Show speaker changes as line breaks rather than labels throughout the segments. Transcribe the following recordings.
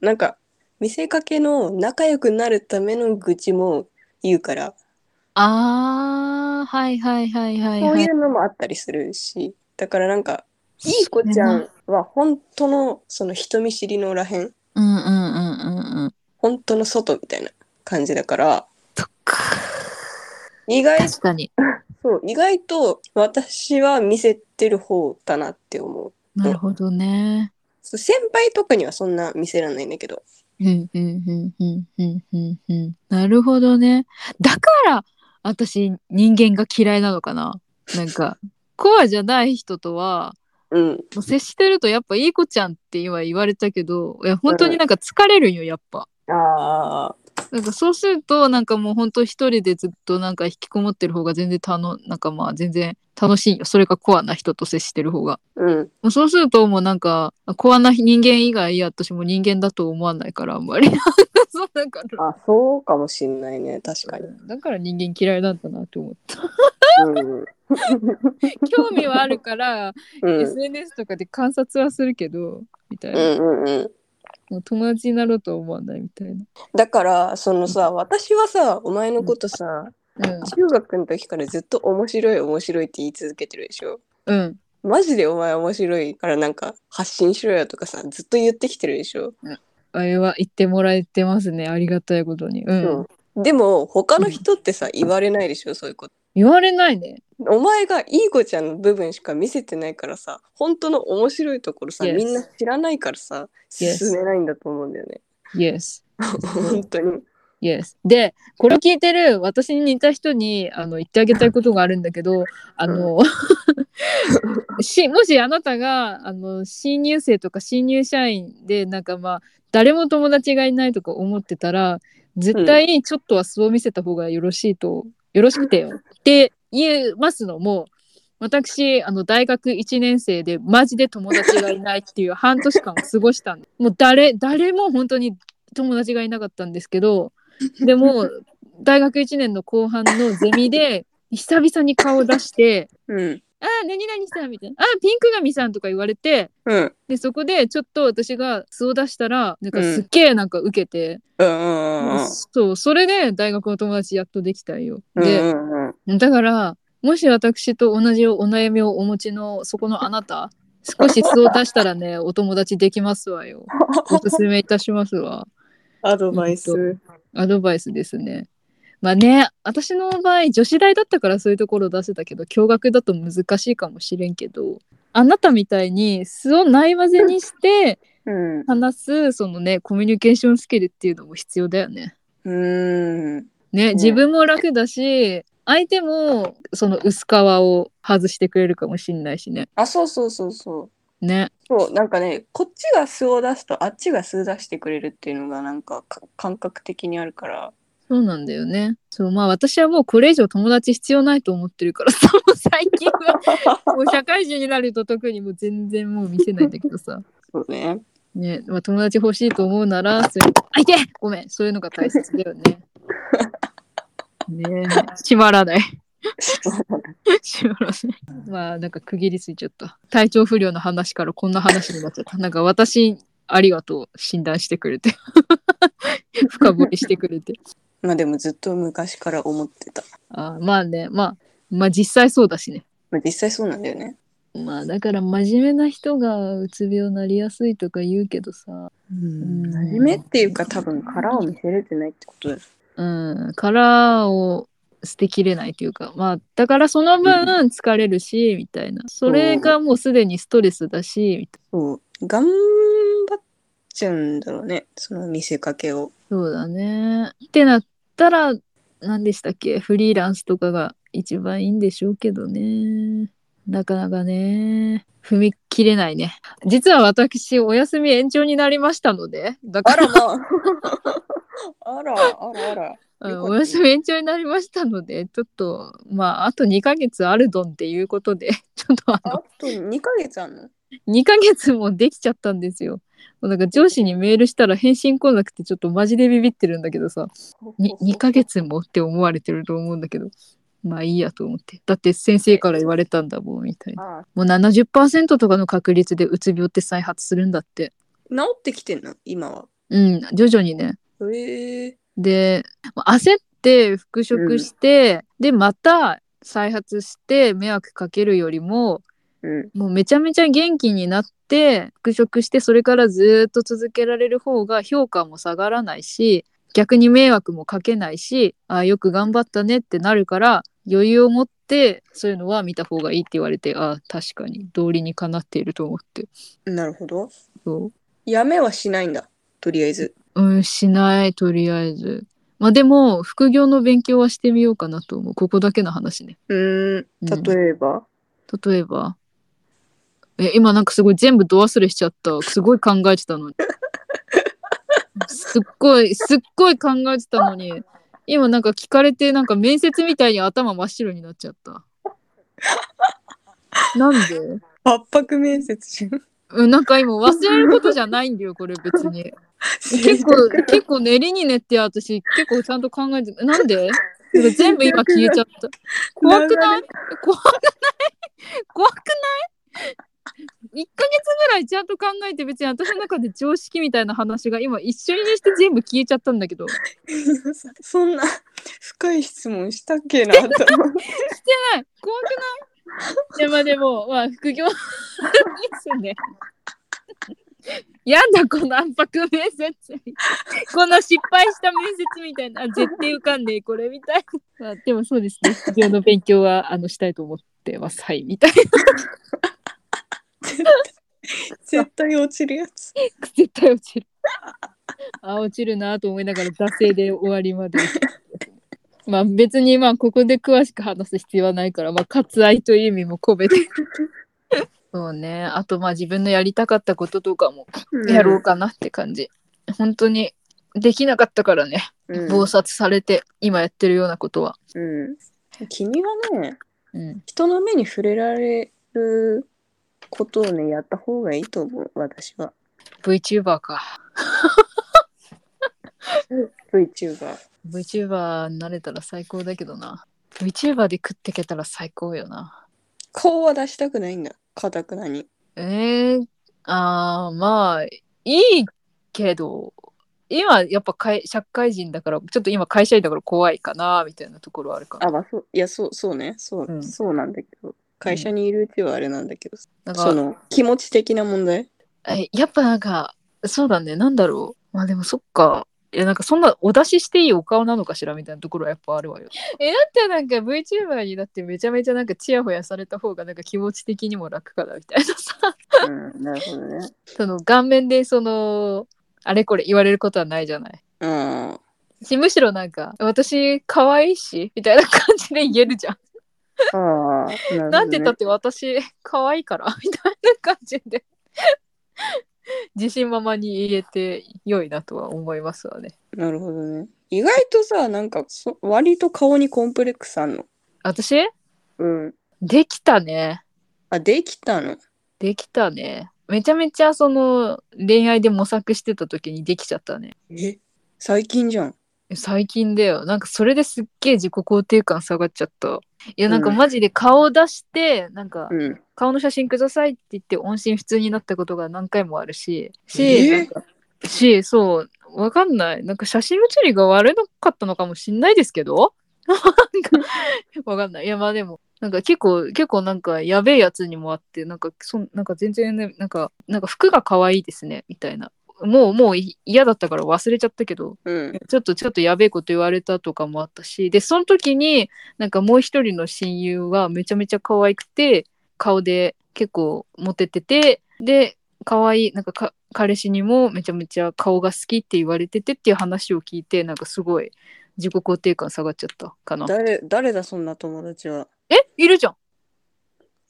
なんか見せかけの仲良くなるための愚痴も言うから、
ああ、はいはいはいはい、
そう
はいい。
うのもあったりするしだからなんかいい子ちゃんは本当のその人見知りのらへん
うんうんうんうんうん。
本当の外みたいな感じだから
そっか。
意外
確かに。
そう意外と私は見せてる方だなって思う
なるほどね。
そう先輩とかにはそんな見せられないんだけど
うんうんうんうんうんうんうん。なるほどね。だから私人間が嫌いなのかな。なんかコアじゃない人とは
うん
もう接してるとやっぱいい子ちゃんって今言われたけど、いや本当になんか疲れるんよやっぱ。
ああ
なんかそうするとなんかもうほんと一人でずっとなんか引きこもってる方が全然たのなんかまあ全然楽しいよそれがコアな人と接してる方が
うん
もうそうするともうなんかコアな人間以外私も人間だと思わないからあんまり そうなんか
あそうかもしんないね確かに、
だから人間嫌いなんだなって 思った
うん
興味はあるから、
うん、うん
SNS とかで観察はするけどみたいな、
うんうん
もう友達になろうとは思わないみたいな
だからそのさ私はさお前のことさ中学の時からずっと面白い面白いって言い続けてるでしょ
うんうん
マジでお前面白いからなんか発信しろよとかさずっと言ってきてるでしょ、
あれは言ってもらえてますねありがたいことにうん、
うん、でも他の人ってさ言われないでしょそういうこと
言われないね
お前がいい子ちゃんの部分しか見せてないからさ本当の面白いところさ
Yes.
みんな知らないからさ
Yes.
進めないんだと思うんだよね
Yes
本当に
Yes。で、これを聞いてる私に似た人にあの言ってあげたいことがあるんだけど、あの、 しもしあなたがあの新入生とか新入社員で、なんかまあ、誰も友達がいないとか思ってたら、絶対ちょっとは素を見せた方がよろしいと、よろしくてよって言いますのも、私あの大学1年生でマジで友達がいないっていう 半年間を過ごしたんですもう誰誰も本当に友達がいなかったんですけどでも大学1年の後半のゼミで久々に顔を出して
うん
「あー何々さん」みたいな「あーピンク髪さん」とか言われて
うん
でそこでちょっと私が素を出したらなんかすっげえなんか受けて、
うんうんうん
そうそれで大学の友達やっとできたんよ。
うんう
で、
んうん
だからもし私と同じお悩みをお持ちのそこのあなた少し素を出した らねお友達できますわよおすすめいたしますわ
アドバイス
アドバイスですねまあね私の場合女子大だったからそういうところ出せたけど共学だと難しいかもしれんけどあなたみたいに素をないまぜにして
うん
話すそのねコミュニケーションスキルっていうのも必要だよね
うん
ね、自分も楽だし相手もその薄皮を外してくれるかもしんないしね。
あそうそうそうそう
ね。
そうなんかねこっちが素を出すとあっちが素出してくれるっていうのがなんかか感覚的にあるから
そうなんだよね。そうまあ私はもうこれ以上友達必要ないと思ってるからさ もう最近はもう社会人になると特にもう全然もう見せないんだけどさ。
そうね
ね、まあ、友達欲しいと思うならそういう相手ごめんそういうのが大切だよね。ね閉まらない。しばらくまあなんか区切りついちゃった体調不良の話からこんな話になっちゃったなんか私ありがとう診断してくれて 深掘りしてくれて
まあでもずっと昔から思ってた、
あーまあねまあまあ実際そうだしね
まあ、実際そうなんだよね
まあだから真面目な人がうつ病なりやすいとか言うけどさ
うん
ん
真面目っていうか多分殻を見せれてないってことだよ
うん殻を捨てきれないというかまあだからその分疲れるしみたいなそれがもうすでにストレスだしみたいな
そう頑張っちゃうんだろうねその見せかけを
そうだね。ってなったら何でしたっけフリーランスとかが一番いいんでしょうけどね。なかなかね踏み切れないね。実は私お休み延長になりましたのでだか
あ
ら
らまああらあらあら
う
よかっ
ん
た
お休み延長になりましたのでちょっとまああと2ヶ月あるどんっていうことで ちょっとあの
あと2ヶ月あんの
2ヶ月もできちゃったんですよ。もうなんか上司にメールしたら返信来なくてちょっとマジでビビってるんだけどさ。に2ヶ月もって思われてると思うんだけどまあいいやと思ってだって先生から言われたんだもんみたいな
あ
もう70%とかの確率でうつ病って再発するんだって
治ってきてんの今は
うん、徐々にね。
ええ
で、焦って復職して、で、また再発して迷惑かけるよりも、
うん。
もうめちゃめちゃ元気になって復職してそれからずっと続けられる方が評価も下がらないし逆に迷惑もかけないしあよく頑張ったねってなるから余裕を持ってそういうのは見た方がいいって言われてあ確かに道理にかなっていると思って
なるほど。
そ
やめはしないんだ。とりあえず。
う、うん、しないとりあえずまあでも副業の勉強はしてみようかなと思うここだけの話ね
うーん。例えば、
例えばえ今なんかすごい全部ド忘れしちゃったすごい考えてたのにすっごいすっごい考えてたのに今なんか聞かれてなんか面接みたいに頭真っ白になっちゃったなんで、
圧迫面接じゃん。
うん、なんか今忘れることじゃないんだよこれ別に結構結構練りに練って私結構ちゃんと考えてなんで全部今消えちゃった怖くない 怖くない怖くない ?1 ヶ月ぐらいちゃんと考えて別に私の中で常識みたいな話が今一緒にして全部消えちゃったんだけど。して
そんな深い質問したっけなと 思って。
ない怖くないいやまあ でも、まあ副業ですね。やだこの圧迫面接この失敗した面接みたいなあ絶対浮かんでこれみたいな、 まあ、でもそうですね副業の勉強はあのしたいと思ってますはいみたいな
絶対落ちるやつ。
絶対落ちる。あ落ちるなと思いながら惰性で終わりまで。まあ別にまあここで詳しく話す必要はないから、まあ、割愛という意味も込めて。そうねあとまあ自分のやりたかったこととかも やろうかなって感じ。本当にできなかったからね、
うん。
忙殺されて今やってるようなことは。
うん。君はね、
うん、
人の目に触れられることをね、やった方がいいと思う、私は。
VTuber か。
VTuber。
VTuber になれたら最高だけどな。VTuber で食ってけたら最高よな。
顔は出したくないんだ、かたくなに。
えー、あーまあいいけど今やっぱかい社会人だからちょっと今会社員だから怖いかなみたいなところはあるか
あ、まあ、そう、いや、そう、そうね、そう、
うん
そうなんだけど、会社にいるうちはあれなんだけど、
な
そ
んか
の、気持ち的な問題
えやっぱなんかそうだねなんだろうまあでもそっかいやなんかそんなお出ししていいお顔なのかしらみたいなところはやっぱあるわよ。 えだってなんか VTuber にだってめちゃめちゃなんかチヤホヤされた方がなんか気持ち的にも楽かなみたいなさ
うん、なるほどね。
その顔面でそのあれこれ言われることはないじゃない。
うん。
しむしろなんか私可愛いしみたいな感じで言えるじゃん、
ああ、なるほどね
なんでだって私可愛いから みたいな感じで自信ままに言えて良いなとは思いますわね
なるほどね。意外とさ、なんかそ、割と顔にコンプレックスあんの。
私
うん。
できたね
あ、できたの。
できたねめちゃめちゃその恋愛で模索してた時にできちゃったね
え最近じゃん。
最近だよなんかそれですっげえ自己肯定感下がっちゃったいやなんか
うん
マジで顔を出して、なんか
うん。
顔の写真くださいって言って音信不通になったことが何回もあるし、し、
え
なんかし、そう、わかんない。なんか写真写りが悪かったのかもしんないですけど、なんか、わかんない。いや、まあでも、なんか結構、結構なんかやべえやつにもあって、なんか、そんなんか全然ね、なんか、なんか服が可愛いですね、みたいな。もう、もうい嫌だったから忘れちゃったけど、
うん。
ちょっとちょっとやべえこと言われたとかもあったし、で、その時に、なんかもう一人の親友はめちゃめちゃ可愛くて、顔で結構モテてて、で、可愛い、なんかか彼氏にもめちゃめちゃ顔が好きって言われててっていう話を聞いて、なんかすごい自己肯定感下がっちゃったかな。
誰、誰だ、そんな友達は。
えいるじゃん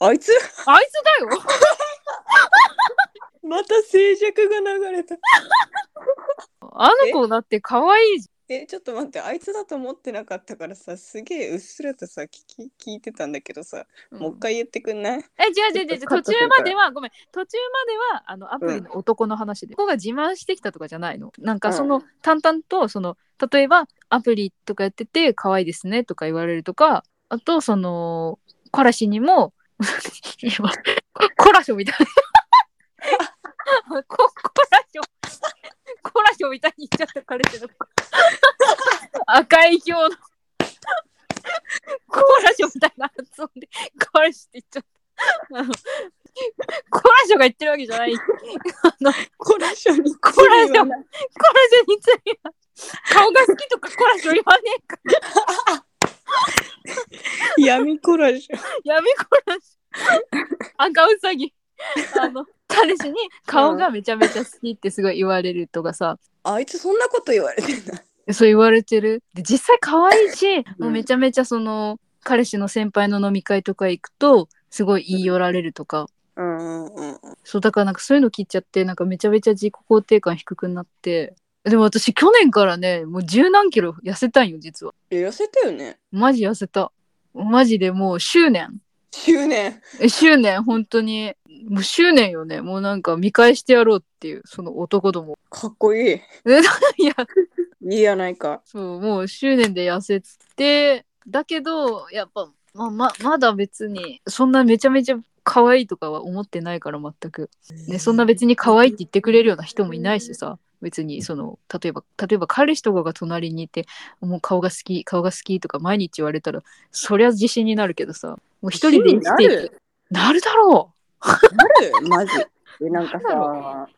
あいつ
あいつだよ
また静寂が流れた。
あの子だって可愛いじ
え、ちょっと待って、あいつだと思ってなかったからさ、すげえうっすらとさ、聞き聞いてたんだけどさ、
ゃん。
もう一回言ってくんない
え、違う違う違う、
ちょっとカッ
途
ト
中
するから
までは、ごめん、途中までは、あの、アプリの男の話で、ここが自慢してきたとかじゃないの。なん
う
か、
ん
その、淡々と、その、例えば、アプリとかやってて、可愛いですねとか言われるとか、あと、その、コラシにも、 今コラショみたいな。ココラショ、コラ表みたいに言っちゃった彼氏の赤い表のコーラジョみたいな発音で彼氏って言っちゃったあのコーラジョが言ってるわけじゃない
コラショに
コラジョコラジョについて顔が好きとかコラジョ言わねえか
闇コラショ
やめコラジョ赤うさぎあの彼氏に顔がめちゃめちゃ好きってすごい言われるとかさ、
あいつそんなこと言われてん だ
そう言われてる。で実際可愛いし、もううんめちゃめちゃその彼氏の先輩の飲み会とか行くとすごい言い寄られるとか。
うんうんうん
そうだからなんかそういうの聞いちゃってなんかめちゃめちゃ自己肯定感低くなって。でも私去年からねもう十何キロ痩せたんよ実は。
え痩せたよね
マジ痩せた。マジでもう執念。
執念
え執念本当に。もう執念よね。もうなんか見返してやろうっていうその男ども。
かっこいい
えいや
いいやないか
そうもう執念で痩せてだけどやっぱまままだ別にそんなめちゃめちゃ可愛いとかは思ってないから全く、ね、そんな別に可愛いって言ってくれるような人もいないしさ別にその例えば例えば彼氏とかが隣にいてもう顔が好き顔が好きとか毎日言われたらそりゃ自信になるけどさもう一人で生きてい
な
く
る
なるだろ
なるマジでなんか
なる
さ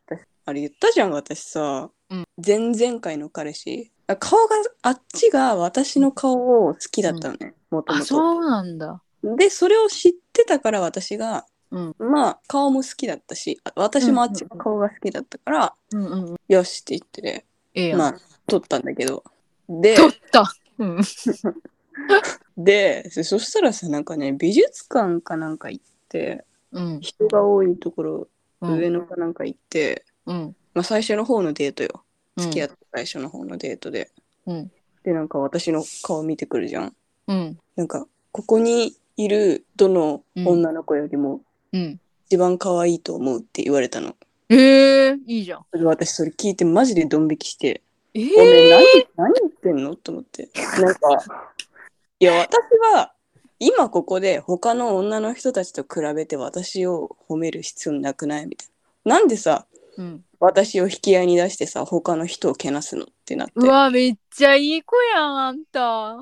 私あれ言ったじゃん私さ、
うん
前々回の彼氏あ顔があっちが私の顔を好きだったのねも
う
と
あ
もと
そうなんだ
でそれを知ってたから私が、
うん
まあ顔も好きだったしあ私もあっちの顔が好きだったから、
うんうんうん
よしって言ってね
ええやん、
まあ撮ったんだけどで
取ったうん
でそしたらさなんかね美術館かなんか行って
うん
人が多いところ
うん
上野かなんか行って、
うん
まあ、最初の方のデートよ付き合
う
った最初の方のデートで、
うん
でなんか私の顔見てくるじゃん
ん
なんかここにいるどの女の子よりも
うん
一番可愛いと思うって言われたの、
ええいいじゃん。
それ私それ聞いてマジでドン引きして
え
「おめえ何何言ってんの?」と思ってなんか いや私は今ここで他の女の人たちと比べて私を褒める必要なくないみたいななんでさ
うん、
私を引き合いに出してさ他の人をけなすのってなって
うわめっちゃいい子やんあんた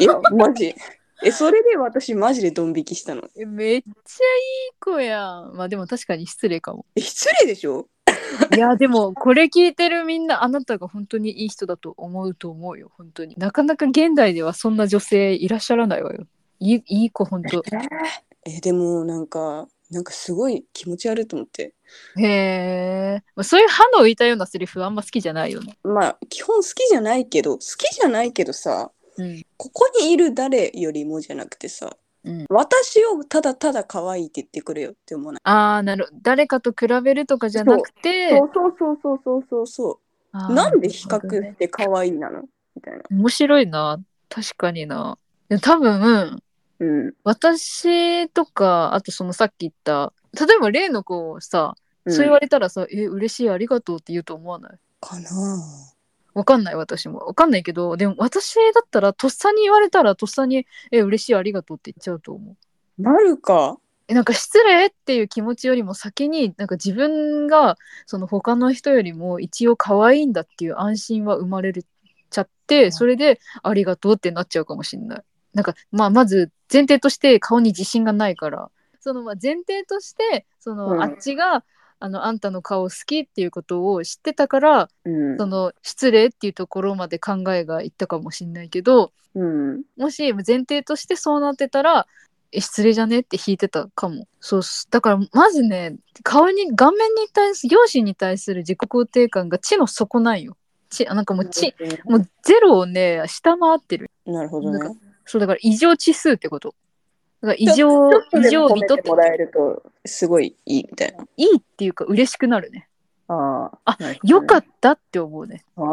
いやマジえそれで私マジでドン引きしたの
えめっちゃいい子やんまあでも確かに失礼かも
え失礼でしょ
いやでもこれ聞いてるみんなあなたが本当にいい人だと思うと思うよ本当になかなか現代ではそんな女性いらっしゃらないわよいいいい子本当
えでもなんかなんかすごい気持ち悪いと思って
へえ、まあ、そういう歯の浮いたようなセリフあんま好きじゃないよね
まあ基本好きじゃないけど好きじゃないけどさ
うん
ここにいる誰よりもじゃなくてさ、
うん
私をただただ可愛いって言ってくれよって思わない
ああなる誰かと比べるとかじゃなくて
そうそうそうそうそうそうそ
あ
う
ー
なんで比
なるほど
較
ね
して可愛いなのみたいな
面白いな確かになで多分
うん、
私とかあとそのさっき言った例えば例の子をさ、
うん、
そう言われたらさ「え嬉しいありがとう」って言うと思わない
かな
わかんない私もわかんないけどでも私だったらとっさに言われたらとっさに「え嬉しいありがとう」って言っちゃうと思う
あなるか
えなんか失礼っていう気持ちよりも先になんか自分がその他の人よりも一応可愛いんだっていう安心は生まれるちゃってそれでありがとうってなっちゃうかもしれない。なんかまあまず前提として顔に自信がないからそのまあ前提としてその、
うん
あっちがあのあんたの顔好きっていうことを知ってたから
うん
その失礼っていうところまで考えがいったかもしれないけど
うん
もし前提としてそうなってたらえ失礼じゃねって引いてたかもそうっすだからまずね顔に顔面に対する容姿に対する自己肯定感が地の底なんよ地あなんかもう地もうゼロをね下回ってる
なるほどね
なんそうだから異常値数ってことだから異常
ちょっとで
異
も褒
常人
め
って
てもらえるとすごいいいみたいな。
いいっていうか嬉しくなるね
あ
あ
なるほどね
よかったって思うね、
あ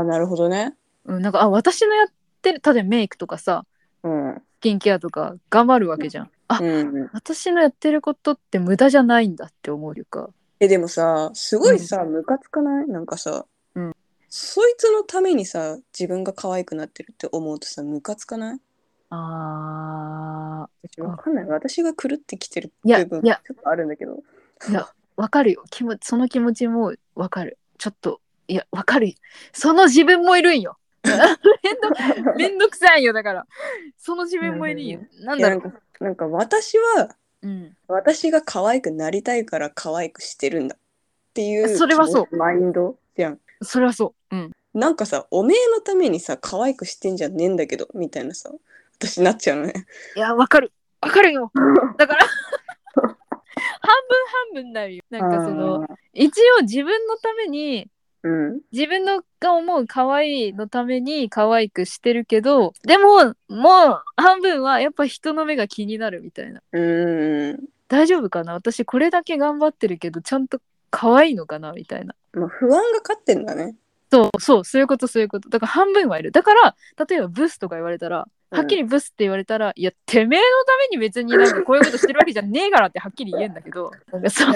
あ、なるほどね。
うん、なんかあ私のやってる例えばメイクとかさ
うん。う
スキンケアとか頑張るわけじゃんあ
ん、
私のやってることって無駄じゃないんだって思うよか
えでもさすごいさムカつかないなんかさ、
うん
そいつのためにさ自分が可愛くなってるって思うとさムカつかない
あ
私わかんない私が狂ってきてる
いや
部分
いや
ちょっとあるんだけど
ーいやわかるよ気もその気持ちもわかるちょっといやわかるその自分もいるんよ めんど めんどくさいよだからその自分もいるんよなん
いや
だ
な
ろ
ん
う
かなんか私は
うん
私が可愛くなりたいから可愛くしてるんだっていう
それはそう
マインドじゃん
それはそううん
なんかさおめえのためにさ可愛くしてんじゃねえんだけどみたいなさ私なっちゃうのね
いやわかるわか るよだから半分半分だよなんかその一応自分のために
うん
自分のが思う可愛いのために可愛くしてるけどでももう半分はやっぱ人の目が気になるみたいな
うん
大丈夫かな私これだけ頑張ってるけどちゃんと可愛いのかなみたいな
まあ不安が勝ってんだね
そうそうそういうことそういうことだから半分はいるだから例えばブスとか言われたら
うん
はっきりブスって言われたら、いやてめえのために別になんかこう いうことしてるわけじゃねえからってはっきり言えんだけどなんかその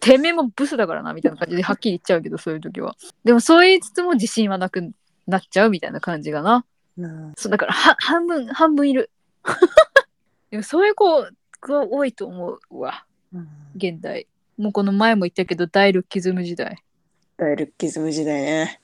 てめえもブスだからなみたいな感じではっきり言っちゃうけどそういう時はでもそう言いつつも自信はなくなっちゃうみたいな感じがな
うん
そうだからは半分半分いる でもそういう子が多いと思うわ現代もうこの前も言ったけど大ルッキズム時代、
ダイルッキズム時代ね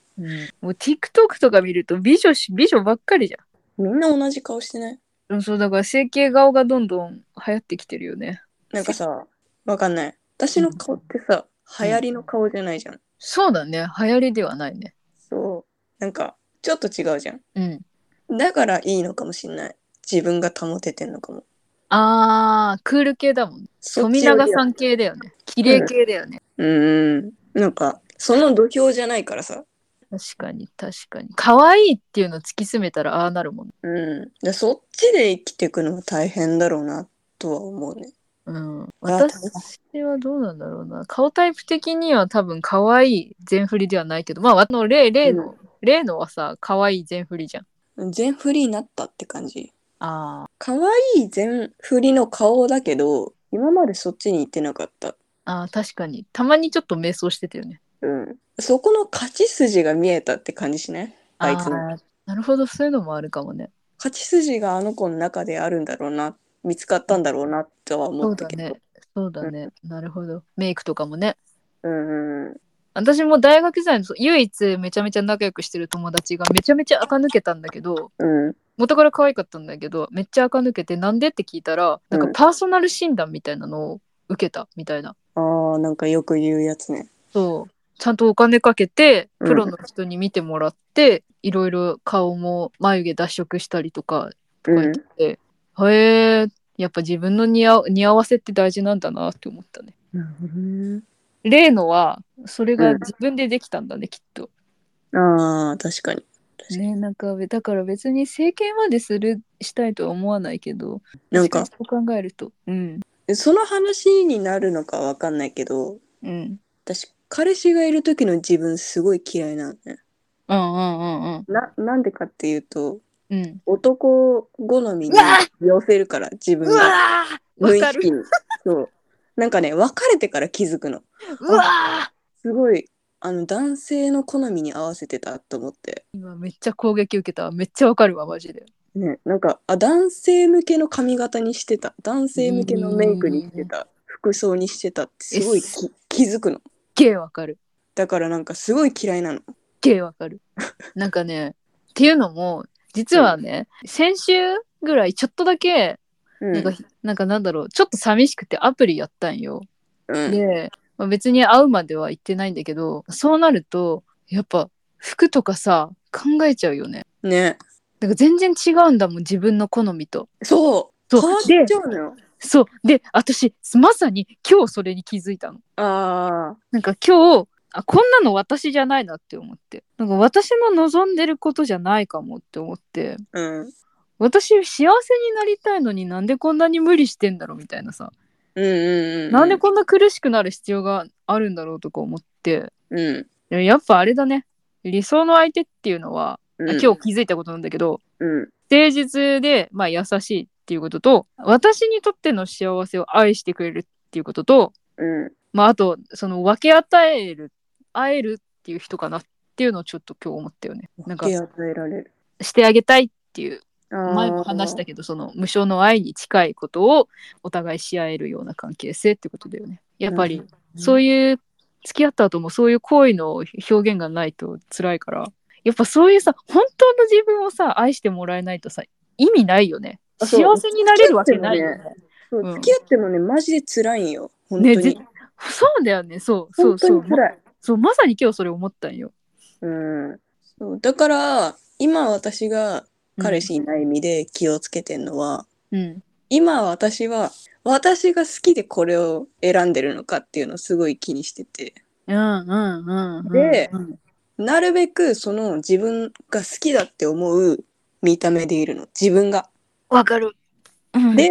もう TikTok とか見ると美女し美女ばっかりじゃん
みんな同じ顔してない
うんそうだから整形顔がどんどん流行ってきてるよね
なんかさわかんない私の顔ってさ、流行りの顔じゃないじゃん、
そうだね流行りではないね
そうなんかちょっと違うじゃん
うん
だからいいのかもしんない自分が保ててんのかも
あークール系だもん
そっ
富
ちよりは
永さん系だよね綺麗系だよね、
うーんなんかその土俵じゃないからさ
確かに確かに可愛いっていうのを突き詰めたらああなるもんね
うんでそっちで生きていくのは大変だろうなとは思うね
うん
あ
私はどうなんだろうな顔タイプ的には多分可愛い全振りではないけどまああの例例の、例のはさ可愛い全振りじゃん
全振りになったって感じ
あ
可愛い全振りの顔だけど今までそっちに行ってなかった
あ確かにたまにちょっと迷走してたよね
うんそこの勝ち筋が見えたって感じしないあいつの
ーなるほどそういうのもあるかもね
勝ち筋があの子の中であるんだろうな見つかったんだろうなとは
そ
思
う
った
だ
けど
ねそうだね、なるほどメイクとかもね
うんうん
私も大学時代の唯一めちゃめちゃ仲良くしてる友達がめちゃめちゃ垢抜けたんだけど、
うん
元から可愛かったんだけどめっちゃ垢抜けてなんでって聞いたらなんか
うん
パーソナル診断みたいなのを受けたみたいな、
ああなんかよく言うやつね
そうちゃんとお金かけて
うん
プロの人に見てもらって、いろいろ顔も眉毛脱色したりとかとか言ってて、へえやっぱ自分の似合う似合わせって大事なんだなって思ったね
なるほどね
例のはそれ
う
が
ん
自分でできたんだね、きっと
ああ確かに
ねなんかだから別に整形までするしたいとは思わないけど
なんか
確にそう考えるとうん
その話になるのかわかんないけど
うん
私彼氏がいる時の自分すごい嫌いなのね
うんうんうんうん
ななんでかっていうと
うん。
男好みに
うわ
寄せるから自分
う
が
わー
無
わ
意
かる。
識にそうなんかね別れてから気づくの
うわー
すごいあの男性の好みに合わせてたと思って
今めっちゃ攻撃受けたわ。めっちゃわかるわ、マジで。
ねなんかあ男性向けの髪型にしてた男性向けのメイクにしてた服装にしてたってすごいき気づくの
ゲーわかる。
だからなんかすごい嫌いなの
ゲーわかる。なんかね、っていうのも、実はね、先週ぐらいちょっとだけ、
う
なんか、なんかなんだろう、ちょっと寂しくてアプリやったんよ。
うん
で、まあ、別に会うまでは行ってないんだけど、そうなると、やっぱ服とかさ、考えちゃうよね。
ね
なんか全然違うんだもん、自分の好みと。
そう
そう
変わっちゃうのよ
そう。で、私、まさに今日それに気づいたの。
あ
なんか今日あこんなの私じゃないなって思ってなんか私の望んでることじゃないかもって思って
あうん
私幸せになりたいのになんでこんなに無理してんだろうみたいなさ、
うんうんうん
なんでこんな苦しくなる必要があるんだろうとか思って
うん
いややっぱあれだね理想の相手っていうの
う
は、
ん
今日気づいたことなんだけど
うん
誠実で、まあ、優しいっていうことと私にとっての幸せを愛してくれるっていうことと
うん
まあ、あとその分け与える会えるっていう人かなっていうのをちょっと今日思ったよねなんか
手与えられる
してあげたいっていう前
前
も話したけどその無償の愛に近いことをお互いし合えるような関係性ってことだよねやっぱりそう
い
いう付き合った後もそういう行為の表現がないと辛いからやっぱそういうさ本当の自分をさ愛してもらえないとさ意味ないよね
あ
幸
そう
せになれるわけないよね
そう
うん
付き合ってもね、マジで辛いんよ。本当
ね
に。
ぜそうだよねそうそ
本
う
当
そう
に辛い。
そうまさに今日それ思ったんよ
うん。そうだから、今私が彼氏いない身で気をつけてるのは、
うん
今私は、私が好きでこれを選んでるのかっていうのをすごい気にしてて、
うんうんうんうん
で
うん
なるべくその自分が好きだって思う見た目でいるの、自分が。
わかる、うん
で、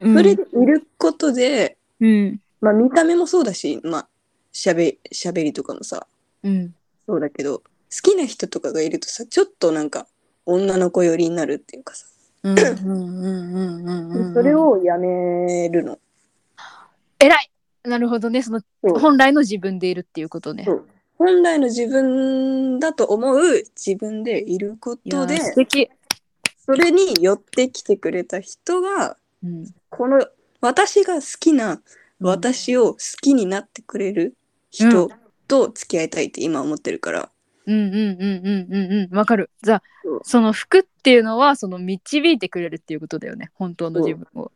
うん
それでいることで、
うん
まあ見た目もそうだし、まあしゃべしゃべりとかもさ、
うん
そうだけど、好きな人とかがいるとさ、ちょっとなんか女の子寄りになるっていうかさ、
うんうんうんうんうんうん
それをやめるの。
偉いなるほどねその
そう
本来の自分でいるっていうことね
そう本来の自分だと思う自分でいるこ
いや
と
ー
で、
素敵、
それに寄ってきてくれた人が、
うん、
この私が好きな私を好きになってくれる人と付き合いたいって今思ってるから。
うんうんうんうんうんうんわかるじゃあ
そう
その服っていうのはその導いてくれるっていうことだよね本当の自分を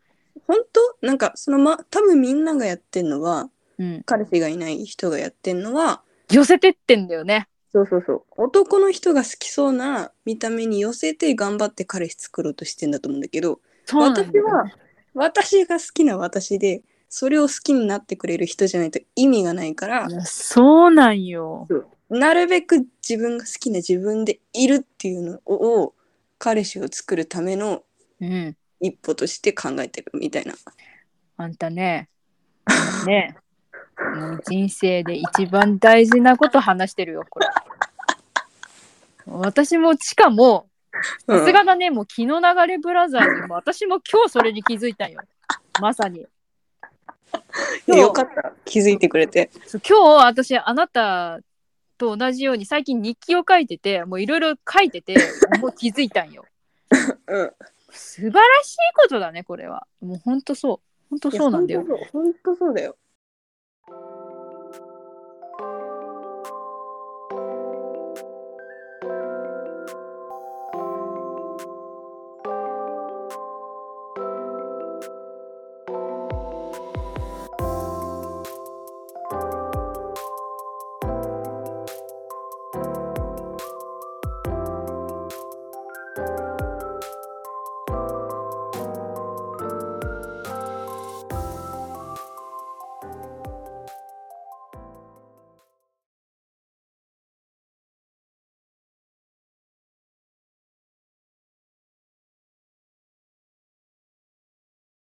本当なんかそのま多分みんながやってんのは
うん
彼氏がいない人がやってんのは
寄せてってんだよね
そうそうそう男の人が好きそうな見た目に寄せて頑張って彼氏作ろうとしてんだと思うんだけど
そうなんだ
私
よ
は私が好きな私でそれを好きになってくれる人じゃないと意味がないから
いやそうなんよ
なるべく自分が好きな自分でいるっていうのを彼氏を作るための
うん
一歩として考えてるみたいな。
あんたねあんたねもう人生で一番大事なこと話してるよこれ私もしかもさすがだね、もう気の流れブラザーズも私も今日それに気づいたんよ。まさに。
うんいやよかった気づいてくれて。
そう今日私あなたと同じように最近日記を書いてて、もういろいろ書いてて、もう気づいたんよ。
うん
素晴らしいことだね、これは。もうほんとそう。ほんとそうなんだよ。
本当そうだよ。